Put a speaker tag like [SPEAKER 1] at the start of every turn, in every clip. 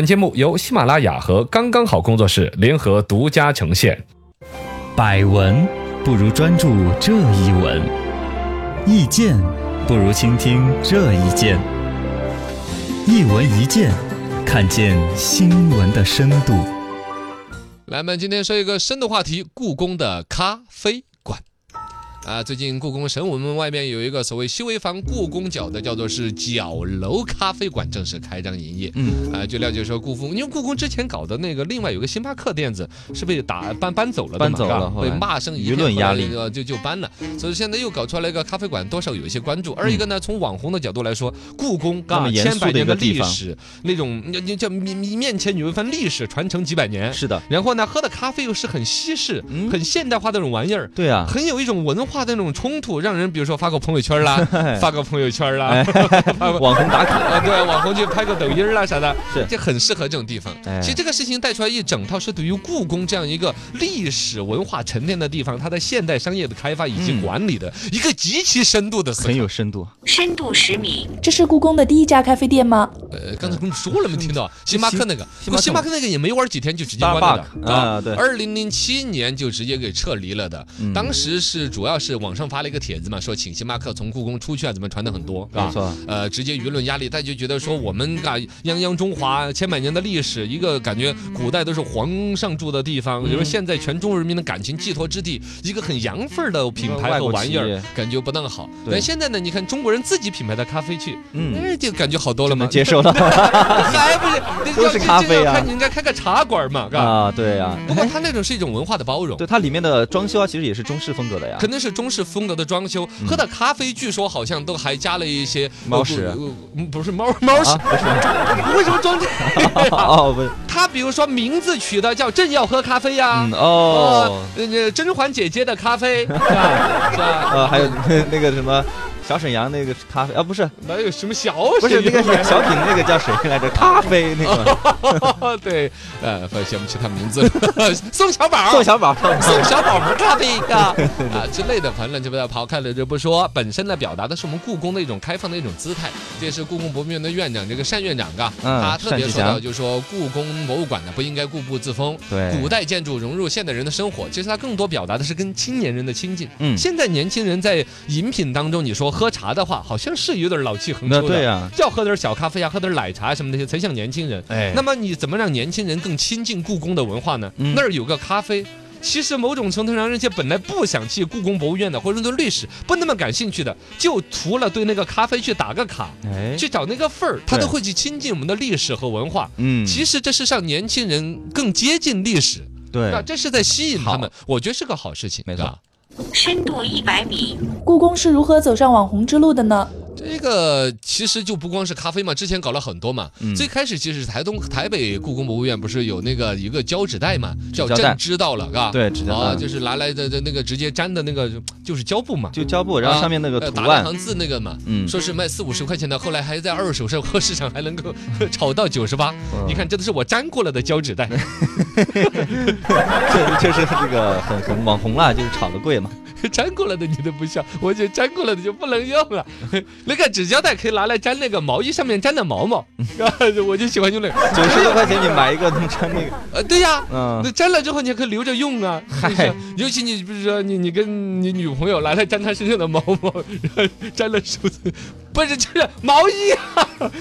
[SPEAKER 1] 本节目由喜马拉雅和刚刚好工作室联合独家呈现。
[SPEAKER 2] 百闻不如专注这一闻，意见不如倾听这一见。一闻一见，看见新闻的深度。
[SPEAKER 3] 来，我们今天说一个深的话题：故宫的咖啡馆。啊，最近故宫神武门外面有一个所谓修为坊故宫角的，叫做是角楼咖啡馆，正式开张营业。
[SPEAKER 2] 嗯，
[SPEAKER 3] 啊，据了解说，故宫因为故宫之前搞的那个另外有个星巴克店子是被打搬搬走了的嘛，
[SPEAKER 2] 搬走了
[SPEAKER 3] 嘎
[SPEAKER 2] 后
[SPEAKER 3] 被
[SPEAKER 2] 来
[SPEAKER 3] 骂声一
[SPEAKER 2] 舆论压力
[SPEAKER 3] 呃就就搬了，所以现在又搞出来一个咖啡馆，多少有一些关注。二一个呢，从网红的角度来说，故宫
[SPEAKER 2] 那
[SPEAKER 3] 啊
[SPEAKER 2] 么严
[SPEAKER 3] 千
[SPEAKER 2] 肃
[SPEAKER 3] 百
[SPEAKER 2] 的一
[SPEAKER 3] 年
[SPEAKER 2] 个
[SPEAKER 3] 的
[SPEAKER 2] 地
[SPEAKER 3] 历
[SPEAKER 2] 方
[SPEAKER 3] 史，那种你你叫面面前有一番历史传承几百年，
[SPEAKER 2] 是的，
[SPEAKER 3] 然后呢，喝的咖啡又是很西式、
[SPEAKER 2] 嗯
[SPEAKER 3] 很现代化的那种玩意儿。
[SPEAKER 2] 对啊，，
[SPEAKER 3] 很有一种文化的那种冲突，让人比如说发个朋友圈啦 发个朋友圈啦
[SPEAKER 2] 哎，网红打卡，
[SPEAKER 3] 啊，对，网红去拍个抖音啦啥的，
[SPEAKER 2] 是
[SPEAKER 3] 这很适合这种地方
[SPEAKER 2] 哎。
[SPEAKER 3] 其实这个事情带出来一整套，是对于故宫这样一个历史文化沉淀的地方，它的现代商业的开发以及
[SPEAKER 2] 嗯
[SPEAKER 3] 管理的一个极其深度的思考
[SPEAKER 2] 很。有深度。
[SPEAKER 4] 深度十米，
[SPEAKER 5] 这是故宫的第一家咖啡店吗？
[SPEAKER 3] 呃，刚才跟你说了没听到？星巴克那个，
[SPEAKER 2] 嗯星
[SPEAKER 3] 不过星巴克那个也没玩几天就直接关了
[SPEAKER 2] Starbucks，
[SPEAKER 3] 的
[SPEAKER 2] 啊对嗯
[SPEAKER 3] 二零零七年就直接给撤离了的。当时是主要是网上发了一个帖子嘛，说请星巴克从故宫出去啊，怎么传的很多，是
[SPEAKER 2] 没错
[SPEAKER 3] 吧？呃，直接舆论压力，大家就觉得说我们啊，泱泱中华千百年的历史，一个感觉古代都是皇上住的地
[SPEAKER 2] 嗯
[SPEAKER 3] 方，比如说现在全中国人民的感情寄托之地，一个很洋份儿的品牌和玩意
[SPEAKER 2] 外国
[SPEAKER 3] 儿
[SPEAKER 2] 企业，
[SPEAKER 3] 感觉不当好。
[SPEAKER 2] 对
[SPEAKER 3] 但现在呢，你看中国人自己品牌的咖啡去，
[SPEAKER 2] 嗯
[SPEAKER 3] 哎，就感觉好多了嘛
[SPEAKER 2] 能。接 受到
[SPEAKER 3] 还哎不是
[SPEAKER 2] 都是咖啡啊
[SPEAKER 3] 看你应该开个茶馆嘛，是吧？
[SPEAKER 2] 啊，对啊，
[SPEAKER 3] 不过它那种是一种文化的包容
[SPEAKER 2] 对。它里面的装修啊，其实也是中式风格 的呀
[SPEAKER 3] 可。能是中式风格的装修，喝的咖啡据说好像都还加了一些
[SPEAKER 2] 嗯猫屎
[SPEAKER 3] 呃呃不是猫猫屎
[SPEAKER 2] 啊，，不是，
[SPEAKER 3] 为什么装这个呀？
[SPEAKER 2] 哦不是，
[SPEAKER 3] 他比如说名字取的叫“朕要喝咖啡”呀
[SPEAKER 2] 嗯， 哦，
[SPEAKER 3] 呃，呃甄嬛姐姐的 咖啡，是吧？是吧？
[SPEAKER 2] 呃，还有 那个什么小沈阳那个咖啡啊，不是
[SPEAKER 3] 哪有什么小
[SPEAKER 2] 不是
[SPEAKER 3] 沈
[SPEAKER 2] 那个
[SPEAKER 3] 阳
[SPEAKER 2] 小品那个叫谁来着？咖啡那 个
[SPEAKER 3] 对，呃，不想不起他名字 了，宋小宝，
[SPEAKER 2] 宋小啊宝，
[SPEAKER 3] 送小宝们咖啡啊 啊之类的，反正乱七八糟抛开了就不说，本身呢表达的是我们故宫的一种开放的一种姿态，这也是故宫博物院的院长这个单院长啊，
[SPEAKER 2] 嗯
[SPEAKER 3] 他特别说
[SPEAKER 2] 单
[SPEAKER 3] 到
[SPEAKER 2] 志
[SPEAKER 3] 就是说故宫博物馆呢不应该固步自封，
[SPEAKER 2] 对
[SPEAKER 3] 古代建筑融入现代人的生活，其实它更多表达的是跟青年人的亲近。
[SPEAKER 2] 嗯
[SPEAKER 3] 现在年轻人在饮品当中，你说喝茶的话，好像是有点老气横
[SPEAKER 2] 那
[SPEAKER 3] 秋的，
[SPEAKER 2] 对呀，
[SPEAKER 3] 要喝点小咖啡啊，喝点奶茶什么那些才像年轻人。
[SPEAKER 2] 哎
[SPEAKER 3] 那么你怎么让年轻人更亲近故宫的文化呢？
[SPEAKER 2] 嗯
[SPEAKER 3] 那儿有个咖啡。其实某种程度上，那些本来不想去故宫博物院的，或者对历史不那么感兴趣的，就图了对那个咖啡去打个卡，
[SPEAKER 2] 哎，
[SPEAKER 3] 去找那个份儿，他
[SPEAKER 2] 对
[SPEAKER 3] 都会去亲近我们的历史和文化。
[SPEAKER 2] 嗯，
[SPEAKER 3] 其实这是让年轻人更接近历史，
[SPEAKER 2] 对
[SPEAKER 3] 那，这是在吸引他们，我觉得是个好事情，
[SPEAKER 2] 没错
[SPEAKER 3] 是吧
[SPEAKER 4] 深度一百米，
[SPEAKER 5] 故宫是如何走上网红之路的呢？
[SPEAKER 3] 这个其实就不光是咖啡嘛，之前搞了很多嘛。
[SPEAKER 2] 嗯
[SPEAKER 3] 最开始其实台东台北故宫博物院不是有那个一个胶纸袋嘛，叫
[SPEAKER 2] 胶带
[SPEAKER 3] 朕知道了，是吧？
[SPEAKER 2] 对纸胶带
[SPEAKER 3] 啊，就是拿来的的那个直接粘的那个就是胶布嘛。
[SPEAKER 2] 就胶布，然后上面那个
[SPEAKER 3] 啊呃
[SPEAKER 2] 图
[SPEAKER 3] 打
[SPEAKER 2] 案
[SPEAKER 3] 两，行字那个嘛，
[SPEAKER 2] 嗯
[SPEAKER 3] 说是卖四五十块钱的，后来还在二手市和市场还能够 炒到九十八。
[SPEAKER 2] 嗯
[SPEAKER 3] 你看，这都是我粘过了的胶纸袋。
[SPEAKER 2] 确确实这个很很网红啦，就是炒的 贵嘛。
[SPEAKER 3] 粘过来的你都不笑，我觉得粘过来的就不能用了。 那个纸胶带可以拿来粘那个毛衣上面粘的毛 毛，我就喜欢用那个。
[SPEAKER 2] 九十多块钱你买一个能穿那个，
[SPEAKER 3] 呃，对呀、
[SPEAKER 2] 嗯
[SPEAKER 3] 那粘了之后你还可以留着用啊。
[SPEAKER 2] 嗨
[SPEAKER 3] 就是尤其你比如说你你跟你女朋友拿来粘她身上的毛毛， 然后粘了手指，不是就是毛衣啊，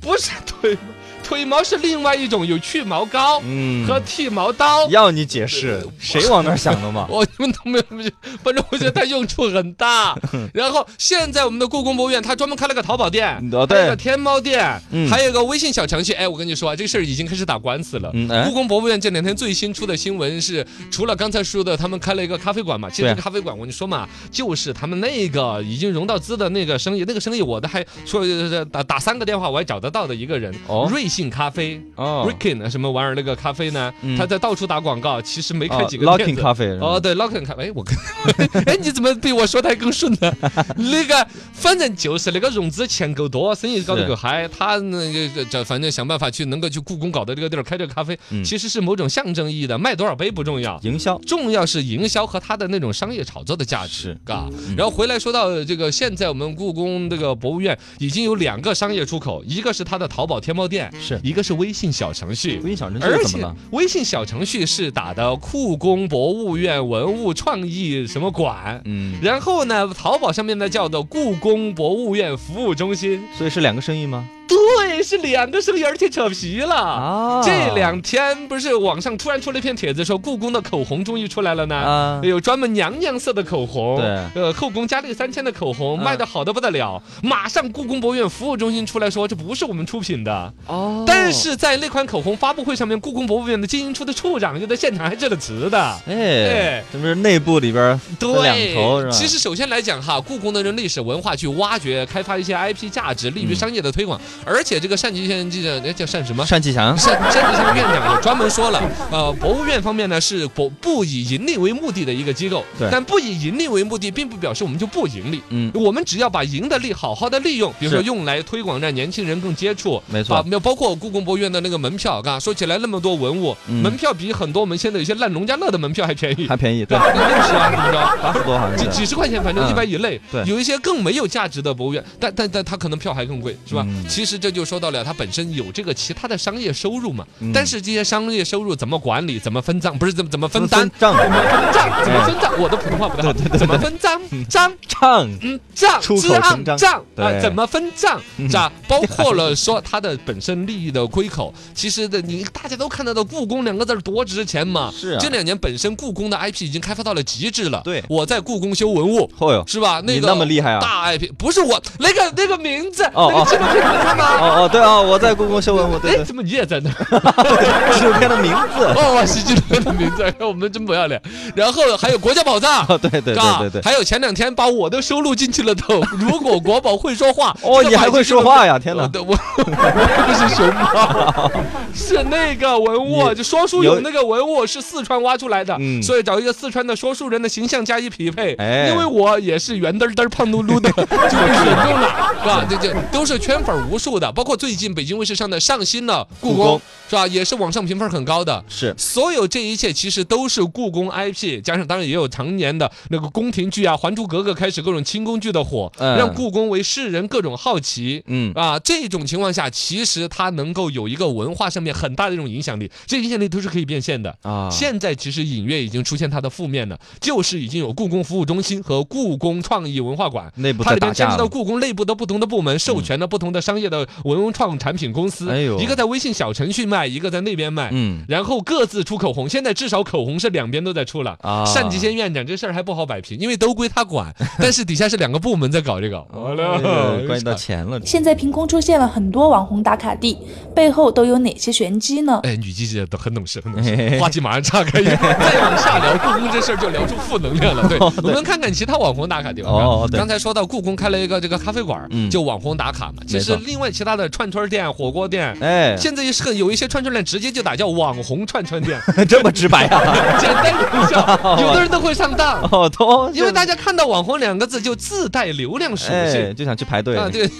[SPEAKER 3] 不是腿毛腿毛是另外一种，有去毛膏
[SPEAKER 2] 嗯，
[SPEAKER 3] 和剃毛刀。
[SPEAKER 2] 要你解释，谁往那儿想的 嘛？
[SPEAKER 3] 我你们都没有，反正我觉得它用处 很大。然后现在我们的故宫博物院，它专门开了个淘宝店，
[SPEAKER 2] 哦对
[SPEAKER 3] 还有个天猫店，
[SPEAKER 2] 嗯
[SPEAKER 3] 还有个微信小程序。哎，我跟你说啊，这事儿已经开始打官司了。
[SPEAKER 2] 嗯哎
[SPEAKER 3] 故宫博物院这两天最新出的新闻是，除了刚才说的他们开了一个咖啡馆嘛，其实
[SPEAKER 2] 对
[SPEAKER 3] 这个咖啡馆我跟你说嘛，就是他们那个已经融到资的那个生意，那个生意我的还说呃打打三个电话我还找得到的一个人，
[SPEAKER 2] 哦
[SPEAKER 3] 瑞幸咖啡。
[SPEAKER 2] 哦
[SPEAKER 3] Rikin 什么玩意儿那个咖啡呢
[SPEAKER 2] 嗯？
[SPEAKER 3] 他在到处打广告，其实没开几个
[SPEAKER 2] 哦
[SPEAKER 3] 店
[SPEAKER 2] ，Locking
[SPEAKER 3] 子。
[SPEAKER 2] 咖啡是吧
[SPEAKER 3] 哦，对，Locking 咖啡，哎我跟， 哎，你怎么比我说的还更顺 呢？那个，反正就是那个融资钱够多，生意搞得够嗨，他那个这反正想办法去能够去故宫搞的这个地儿开这个咖啡
[SPEAKER 2] 嗯，
[SPEAKER 3] 其实是某种象征意义的，卖多少杯不重要。
[SPEAKER 2] 营销，
[SPEAKER 3] 重要是营销和它的那种商业炒作的价值
[SPEAKER 2] 是，
[SPEAKER 3] 嘎。
[SPEAKER 6] 嗯
[SPEAKER 3] 然后回来说到这个，现在我们故宫这个博物院已经有两个商业出口，一个是它的淘宝天猫店，
[SPEAKER 6] 嗯是
[SPEAKER 3] 一个是微信小程序
[SPEAKER 6] 微。信小程
[SPEAKER 3] 而
[SPEAKER 6] 序怎么
[SPEAKER 3] 且
[SPEAKER 6] 了？
[SPEAKER 3] 微信小程序是打的故宫博物院文物创意什么馆，
[SPEAKER 6] 嗯，
[SPEAKER 3] 然后呢，淘宝上面呢叫做故宫博物院服务中心，
[SPEAKER 6] 所以是两个生意吗？
[SPEAKER 3] 对，是两个生意，而且扯皮了。
[SPEAKER 6] 啊
[SPEAKER 3] 这两天不是网上突然出了一篇帖子，说故宫的口红终于出来了呢。
[SPEAKER 6] 啊
[SPEAKER 3] 有专门娘娘色的口红，
[SPEAKER 6] 对
[SPEAKER 3] 呃，后宫佳丽三千的口红、
[SPEAKER 6] 嗯
[SPEAKER 3] 卖的好的不得了，马上故宫博物院服务中心出来说这不是我们出品的，
[SPEAKER 6] 哦
[SPEAKER 3] 但是在那款口红发布会上面，故宫博物院的经营处的处长就在现场还致了辞的。
[SPEAKER 6] 哎，这不是内部里边儿分两头是吧？
[SPEAKER 3] 其实首先来讲哈，故宫的人历史文化去挖掘、开发一些 IP 价值，利于
[SPEAKER 6] 嗯
[SPEAKER 3] 商业的推广，而且这个单霁先记者，哎叫单什么？
[SPEAKER 6] 单霁翔
[SPEAKER 3] 单单霁翔院长也专门说了，呃，博物院方面呢是不不以盈利为目的的一个机构
[SPEAKER 6] 对，
[SPEAKER 3] 但不以盈利为目的，并不表示我们就不盈利。
[SPEAKER 6] 嗯
[SPEAKER 3] 我们只要把赢的利好好的利用，比如说
[SPEAKER 6] 是
[SPEAKER 3] 用来推广，让年轻人更接触，
[SPEAKER 6] 没错
[SPEAKER 3] 啊没有包括故宫博物院的那个门票，嘎，说起来那么多文物，
[SPEAKER 6] 嗯
[SPEAKER 3] 门票比很多我们现在有些烂农家乐的门票还便宜，
[SPEAKER 6] 还便宜，
[SPEAKER 3] 对
[SPEAKER 6] 对
[SPEAKER 3] 吧，，六十啊，怎么着？
[SPEAKER 6] 八十多好像
[SPEAKER 3] 几
[SPEAKER 6] 是。
[SPEAKER 3] 几十块钱，反正
[SPEAKER 6] 嗯
[SPEAKER 3] 一百以内。
[SPEAKER 6] 对
[SPEAKER 3] 有一些更没有价值的博物院，但但但它可能票还更贵，是吧？
[SPEAKER 6] 嗯
[SPEAKER 3] 其实这就说到了它本身有这个其他的商业收入嘛。
[SPEAKER 6] 嗯
[SPEAKER 3] 但是这些商业收入怎么管理，怎么分赃，不是怎么怎么分
[SPEAKER 6] 分哎
[SPEAKER 3] 担？
[SPEAKER 6] 账
[SPEAKER 3] 怎么分账？怎么分账？我的普通话不太好。怎么分赃？赃
[SPEAKER 6] 账
[SPEAKER 3] 嗯，账
[SPEAKER 6] 出口
[SPEAKER 3] 之昂
[SPEAKER 6] 成章
[SPEAKER 3] 账啊，
[SPEAKER 6] 对
[SPEAKER 3] 怎么分账？
[SPEAKER 6] 嗯
[SPEAKER 3] 是吧？包括了说它的本身利益的归口。其实的，你大家都看得到“故宫”两个字儿多值钱嘛。
[SPEAKER 6] 是啊
[SPEAKER 3] 这两年本身故宫的 IP 已经开发到了极致了。
[SPEAKER 6] 对
[SPEAKER 3] 我在故宫修文物，
[SPEAKER 6] 嚯哦哟，
[SPEAKER 3] 是吧？那
[SPEAKER 6] 你
[SPEAKER 3] 个
[SPEAKER 6] 那么厉害啊
[SPEAKER 3] 大 IP 不是我那个那个名字，
[SPEAKER 6] 哦
[SPEAKER 3] 那
[SPEAKER 6] 哦
[SPEAKER 3] 个纪录片你看吗？
[SPEAKER 6] 哦哦，对啊，我在故宫修文物，对
[SPEAKER 3] 哎，
[SPEAKER 6] 对，
[SPEAKER 3] 怎么你也在那儿？
[SPEAKER 6] 纪录片的名字，
[SPEAKER 3] 哦，是纪录片的名字， 我们真不要脸。然后还有国家宝藏。
[SPEAKER 6] 哦，对对对
[SPEAKER 3] 啊
[SPEAKER 6] 对对，
[SPEAKER 3] 还有前两天把我都收录进去了 都。如果国宝会说话，
[SPEAKER 6] 哦，
[SPEAKER 3] 这个
[SPEAKER 6] 你还
[SPEAKER 3] 把
[SPEAKER 6] 会
[SPEAKER 3] 这个
[SPEAKER 6] 说话呀？天哪
[SPEAKER 3] 我，的呃我 我不是熊猫，是那个文物，
[SPEAKER 6] 你
[SPEAKER 3] 就说书
[SPEAKER 6] 有
[SPEAKER 3] 俑那个文物是四川挖出来的，
[SPEAKER 6] 嗯
[SPEAKER 3] 所以找一个四川的说书人的形象加以匹配。
[SPEAKER 6] 哎
[SPEAKER 3] 因为我也是圆墩墩、胖嘟噜 的，就被选中了，是吧？这这都是圈粉无数的，包括最近北京卫视上的上新了故
[SPEAKER 6] 故宫
[SPEAKER 3] 宫，是吧？也是网上评分很高的。
[SPEAKER 6] 是
[SPEAKER 3] 所有这一切其实都是故宫 IP，加上当然也有常年的那个宫廷剧啊，《还珠格格》开始各种清宫剧的火，
[SPEAKER 6] 嗯
[SPEAKER 3] 让故宫为世人各种好奇。
[SPEAKER 6] 嗯，
[SPEAKER 3] 啊，这种情况下，其实它能够有一个文化上面很大的一种影响力，这影响力都是可以变现的。
[SPEAKER 6] 啊，
[SPEAKER 3] 现在其实隐约已经出现它的负面了，就是已经有故宫服务中心和故宫创意文化馆，
[SPEAKER 6] 内部
[SPEAKER 3] 它
[SPEAKER 6] 在
[SPEAKER 3] 里
[SPEAKER 6] 打
[SPEAKER 3] 边牵
[SPEAKER 6] 架
[SPEAKER 3] 扯到
[SPEAKER 6] 了，嗯
[SPEAKER 3] 故宫内部的不同的部门，授权了不同的商业的文创产品公司，
[SPEAKER 6] 哎呦
[SPEAKER 3] 一个在微信小程序卖，一个在那边卖，
[SPEAKER 6] 嗯
[SPEAKER 3] 然后各自出口红。现在至少口红是两边都在出了。
[SPEAKER 6] 啊，
[SPEAKER 3] 单霁仙院长这事儿还不好摆平，因为都归他 管，但是底下是两个部门在搞这个。
[SPEAKER 6] 哎
[SPEAKER 3] 啊
[SPEAKER 6] 呦，关系到钱了，
[SPEAKER 5] 现在凭空出现了很多网红打卡地，背后都有哪些玄机呢？
[SPEAKER 3] 哎，女记者都很懂事，很懂
[SPEAKER 6] 嘿嘿
[SPEAKER 3] 事。
[SPEAKER 6] 嘿
[SPEAKER 3] 话题马上岔开一 点，再往下聊故宫这事儿就聊出负能量了。对，我们看看其他网红打卡地方。
[SPEAKER 6] 哦
[SPEAKER 3] 是吧
[SPEAKER 6] 对
[SPEAKER 3] 刚才说到故宫开了一个这个咖啡馆儿
[SPEAKER 6] 嗯，
[SPEAKER 3] 就网红打卡嘛。其实
[SPEAKER 6] 没错
[SPEAKER 3] 另外其他的串串店、火锅店。
[SPEAKER 6] 哎，
[SPEAKER 3] 现在也是很有一些串串店直接就打叫网红串串店，
[SPEAKER 6] 这么直白啊？
[SPEAKER 3] 简单有 效，有的人都会上当，
[SPEAKER 6] 哦，都
[SPEAKER 3] 因为大家看到网红两个字就自带流量属性
[SPEAKER 6] 哎，，就想去排队
[SPEAKER 3] 啊，对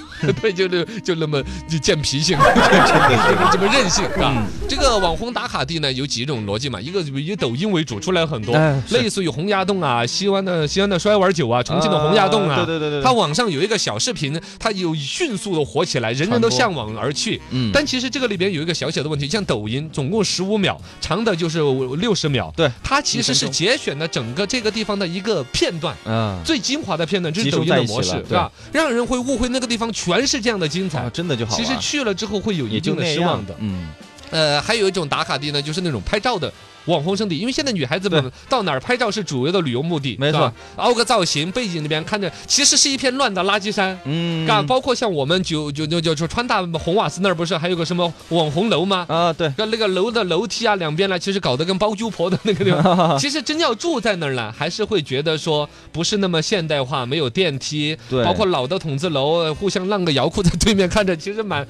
[SPEAKER 3] 对， 就那就那么就犟脾 性，就是这么任性
[SPEAKER 6] 嗯
[SPEAKER 3] 啊。这个网红打卡地呢有几种逻辑嘛，一个就是以抖音为主，出来很多
[SPEAKER 6] 哎，是
[SPEAKER 3] 类似于洪崖洞啊、西安的西安的摔碗酒啊、重庆的洪崖洞啊，
[SPEAKER 6] 对对对对对
[SPEAKER 3] 它网上有一个小视频，它有迅速的火起来，人人都向往而去。
[SPEAKER 6] 嗯
[SPEAKER 3] 但其实这个里边有一个小小的问题，像抖音总共十五秒，长的就是六十秒，
[SPEAKER 6] 对
[SPEAKER 3] 它其实是节选了整个这个地方的一个片段。
[SPEAKER 6] 啊，
[SPEAKER 3] 最精华的片段，这是
[SPEAKER 6] 集中
[SPEAKER 3] 抖音的
[SPEAKER 6] 在一起
[SPEAKER 3] 模式，
[SPEAKER 6] 了
[SPEAKER 3] 是吧？让人会误会那个地方全是这样的精彩
[SPEAKER 6] 啊，。真的就好
[SPEAKER 3] 其
[SPEAKER 6] 玩，
[SPEAKER 3] 实去了之后会有一
[SPEAKER 6] 也就
[SPEAKER 3] 定的
[SPEAKER 6] 那
[SPEAKER 3] 失
[SPEAKER 6] 样
[SPEAKER 3] 望的。
[SPEAKER 6] 嗯，
[SPEAKER 3] 呃，还有一种打卡地呢，就是那种拍照的网红圣地，因为现在女孩子们到哪儿拍照是主要的旅游目的，
[SPEAKER 6] 没错
[SPEAKER 3] 是吧，凹个造型，背景里边看着其实是一片乱的垃圾山。
[SPEAKER 6] 嗯，
[SPEAKER 3] 干，包括像我们九九九九说川大红瓦寺那儿不是还有个什么网红楼吗？
[SPEAKER 6] 啊，对，
[SPEAKER 3] 那那个楼的楼梯啊，两边呢，其实搞得跟包租婆的那个地 方，其实真要住在那儿呢，还是会觉得说不是那么现代化，没有电梯，
[SPEAKER 6] 对
[SPEAKER 3] 包括老的筒子楼，呃互相浪个摇裤在对面看着，其实 蛮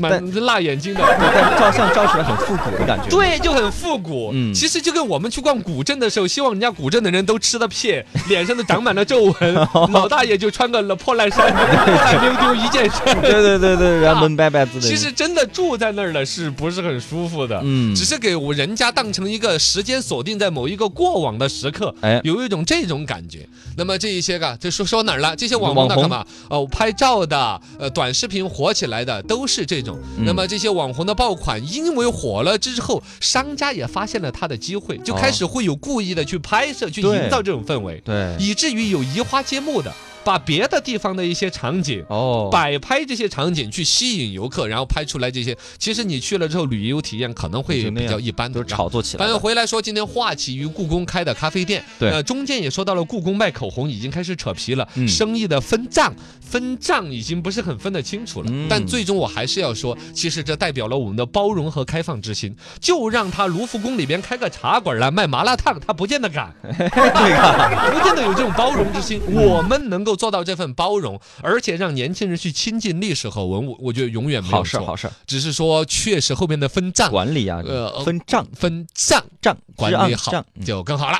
[SPEAKER 3] 蛮辣眼睛的，
[SPEAKER 6] 但照相照出来很复古的感觉，，
[SPEAKER 3] 对，就很复古。
[SPEAKER 6] 嗯嗯
[SPEAKER 3] 其实就跟我们去逛古镇的时候，希望人家古镇的人都吃了撇，脸上都长满了皱 纹，老大爷就穿个破烂衫，破烂丢丢一件事儿。
[SPEAKER 6] 对对对对，然后门拜拜之类的。
[SPEAKER 3] 其实真的住在那儿了，是不是很舒服的？
[SPEAKER 6] 嗯
[SPEAKER 3] 只是给我人家当成一个时间锁定在某一个过往的时刻，
[SPEAKER 6] 哎
[SPEAKER 3] 有一种这种感觉。那么这一些个，这说说哪儿了？这些网红呢，
[SPEAKER 6] 网
[SPEAKER 3] 干
[SPEAKER 6] 红
[SPEAKER 3] 嘛？哦，拍照的，呃，短视频火起来的都是这种。
[SPEAKER 6] 嗯
[SPEAKER 3] 那么这些网红的爆款，因为火了之后，商家也发现了他的机会，就开始会有故意的去拍摄，去
[SPEAKER 6] 哦对
[SPEAKER 3] 营造这种氛围，
[SPEAKER 6] 对
[SPEAKER 3] 以至于有移花接木的，把别的地方的一些场景。
[SPEAKER 6] 哦，
[SPEAKER 3] 摆拍这些场景去吸引游客，然后拍出来这些。其实你去了之后，旅游体验可能会
[SPEAKER 6] 就那
[SPEAKER 3] 比
[SPEAKER 6] 样
[SPEAKER 3] 较一般，
[SPEAKER 6] 都是炒作起来
[SPEAKER 3] 反
[SPEAKER 6] 的
[SPEAKER 3] 正。回来说，今天华旗于故宫开的咖啡店，
[SPEAKER 6] 对
[SPEAKER 3] 呃，中间也说到了故宫卖口红已经开始扯皮了，
[SPEAKER 6] 嗯
[SPEAKER 3] 生意的分账分账已经不是很分得清楚了。
[SPEAKER 6] 嗯
[SPEAKER 3] 但最终我还是要说，其实这代表了我们的包容和开放之心。就让他卢浮宫里边开个茶馆来卖麻辣烫，他不见得敢，
[SPEAKER 6] 啊
[SPEAKER 3] 不见得有这种包容之心。
[SPEAKER 6] 嗯
[SPEAKER 3] 我们能够做到这份包容，而且让年轻人去亲近历史和文物，我觉得永远没有
[SPEAKER 6] 好事
[SPEAKER 3] 错。
[SPEAKER 6] 儿好事儿，
[SPEAKER 3] 只是说确实后面的分账
[SPEAKER 6] 管理啊，
[SPEAKER 3] 呃
[SPEAKER 6] 分账
[SPEAKER 3] 分账
[SPEAKER 6] 账
[SPEAKER 3] 管理
[SPEAKER 6] 账
[SPEAKER 3] 好
[SPEAKER 6] 嗯
[SPEAKER 3] 就更好了。